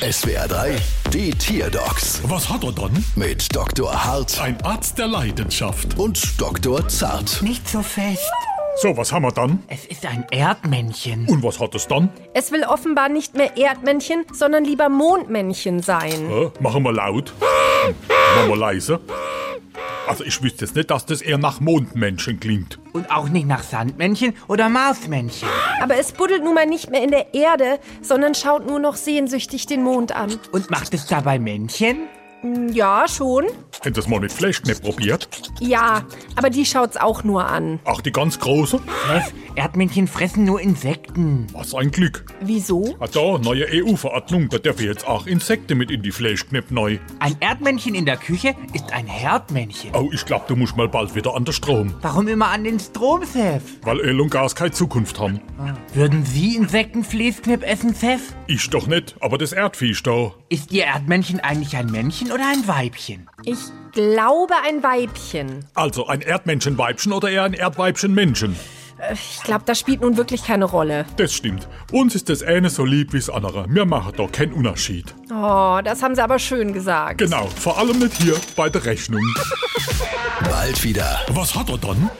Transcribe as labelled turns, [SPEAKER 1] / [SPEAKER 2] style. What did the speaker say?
[SPEAKER 1] SWR 3, die Tierdocs
[SPEAKER 2] Was hat er dann?
[SPEAKER 1] mit Dr. Hart
[SPEAKER 2] Ein Arzt der Leidenschaft.
[SPEAKER 1] und Dr. Zart.
[SPEAKER 3] Nicht so fest.
[SPEAKER 2] So, was haben wir dann?
[SPEAKER 3] Es ist ein Erdmännchen.
[SPEAKER 2] Und was hat es dann?
[SPEAKER 4] Es will offenbar nicht mehr Erdmännchen, sondern lieber Mondmännchen sein.
[SPEAKER 2] Äh, machen wir laut. Machen wir leise. Also ich wüsste jetzt nicht, dass das eher nach Mondmenschen klingt.
[SPEAKER 3] Und auch nicht nach Sandmännchen oder Marsmännchen.
[SPEAKER 4] Aber es buddelt nun mal nicht mehr in der Erde, sondern schaut nur noch sehnsüchtig den Mond an. Hm,
[SPEAKER 3] Und macht es dabei Männchen?
[SPEAKER 4] Ja, schon.
[SPEAKER 2] Hätte das mal mit Flashknepp probiert?
[SPEAKER 4] Ja, aber die schaut's auch nur an.
[SPEAKER 2] Ach, die ganz große?
[SPEAKER 3] Treff, Erdmännchen fressen nur Insekten.
[SPEAKER 2] Was ein Glück.
[SPEAKER 4] Wieso?
[SPEAKER 2] Ah da, neue EU-Verordnung, da dürfen jetzt auch Insekten mit in die Flashknepp neu.
[SPEAKER 3] Ein Erdmännchen in der Küche ist ein Herdmännchen.
[SPEAKER 2] Oh, ich glaub, du musst mal bald wieder an den Strom.
[SPEAKER 3] Warum immer an den Strom, Seth?
[SPEAKER 2] Weil Öl und Gas keine Zukunft haben.
[SPEAKER 3] Würden Sie Insektenfließknipp essen, Seth?
[SPEAKER 2] Ich doch nicht, aber das Erdviech da.
[SPEAKER 3] Ist Ihr Erdmännchen eigentlich ein Männchen oder ein Weibchen?
[SPEAKER 4] Ich glaube ein Weibchen.
[SPEAKER 2] Also ein Erdmenschenweibchen oder eher ein Erdweibchen-Menschen?
[SPEAKER 4] Ich glaube, das spielt nun wirklich keine Rolle.
[SPEAKER 2] Das stimmt. Uns ist das eine so lieb wie's andere. Wir machen da keinen Unterschied.
[SPEAKER 4] Oh, das haben sie aber schön gesagt.
[SPEAKER 2] Genau, vor allem nicht hier bei der Rechnung.
[SPEAKER 1] Bald wieder.
[SPEAKER 2] Was hat er dann?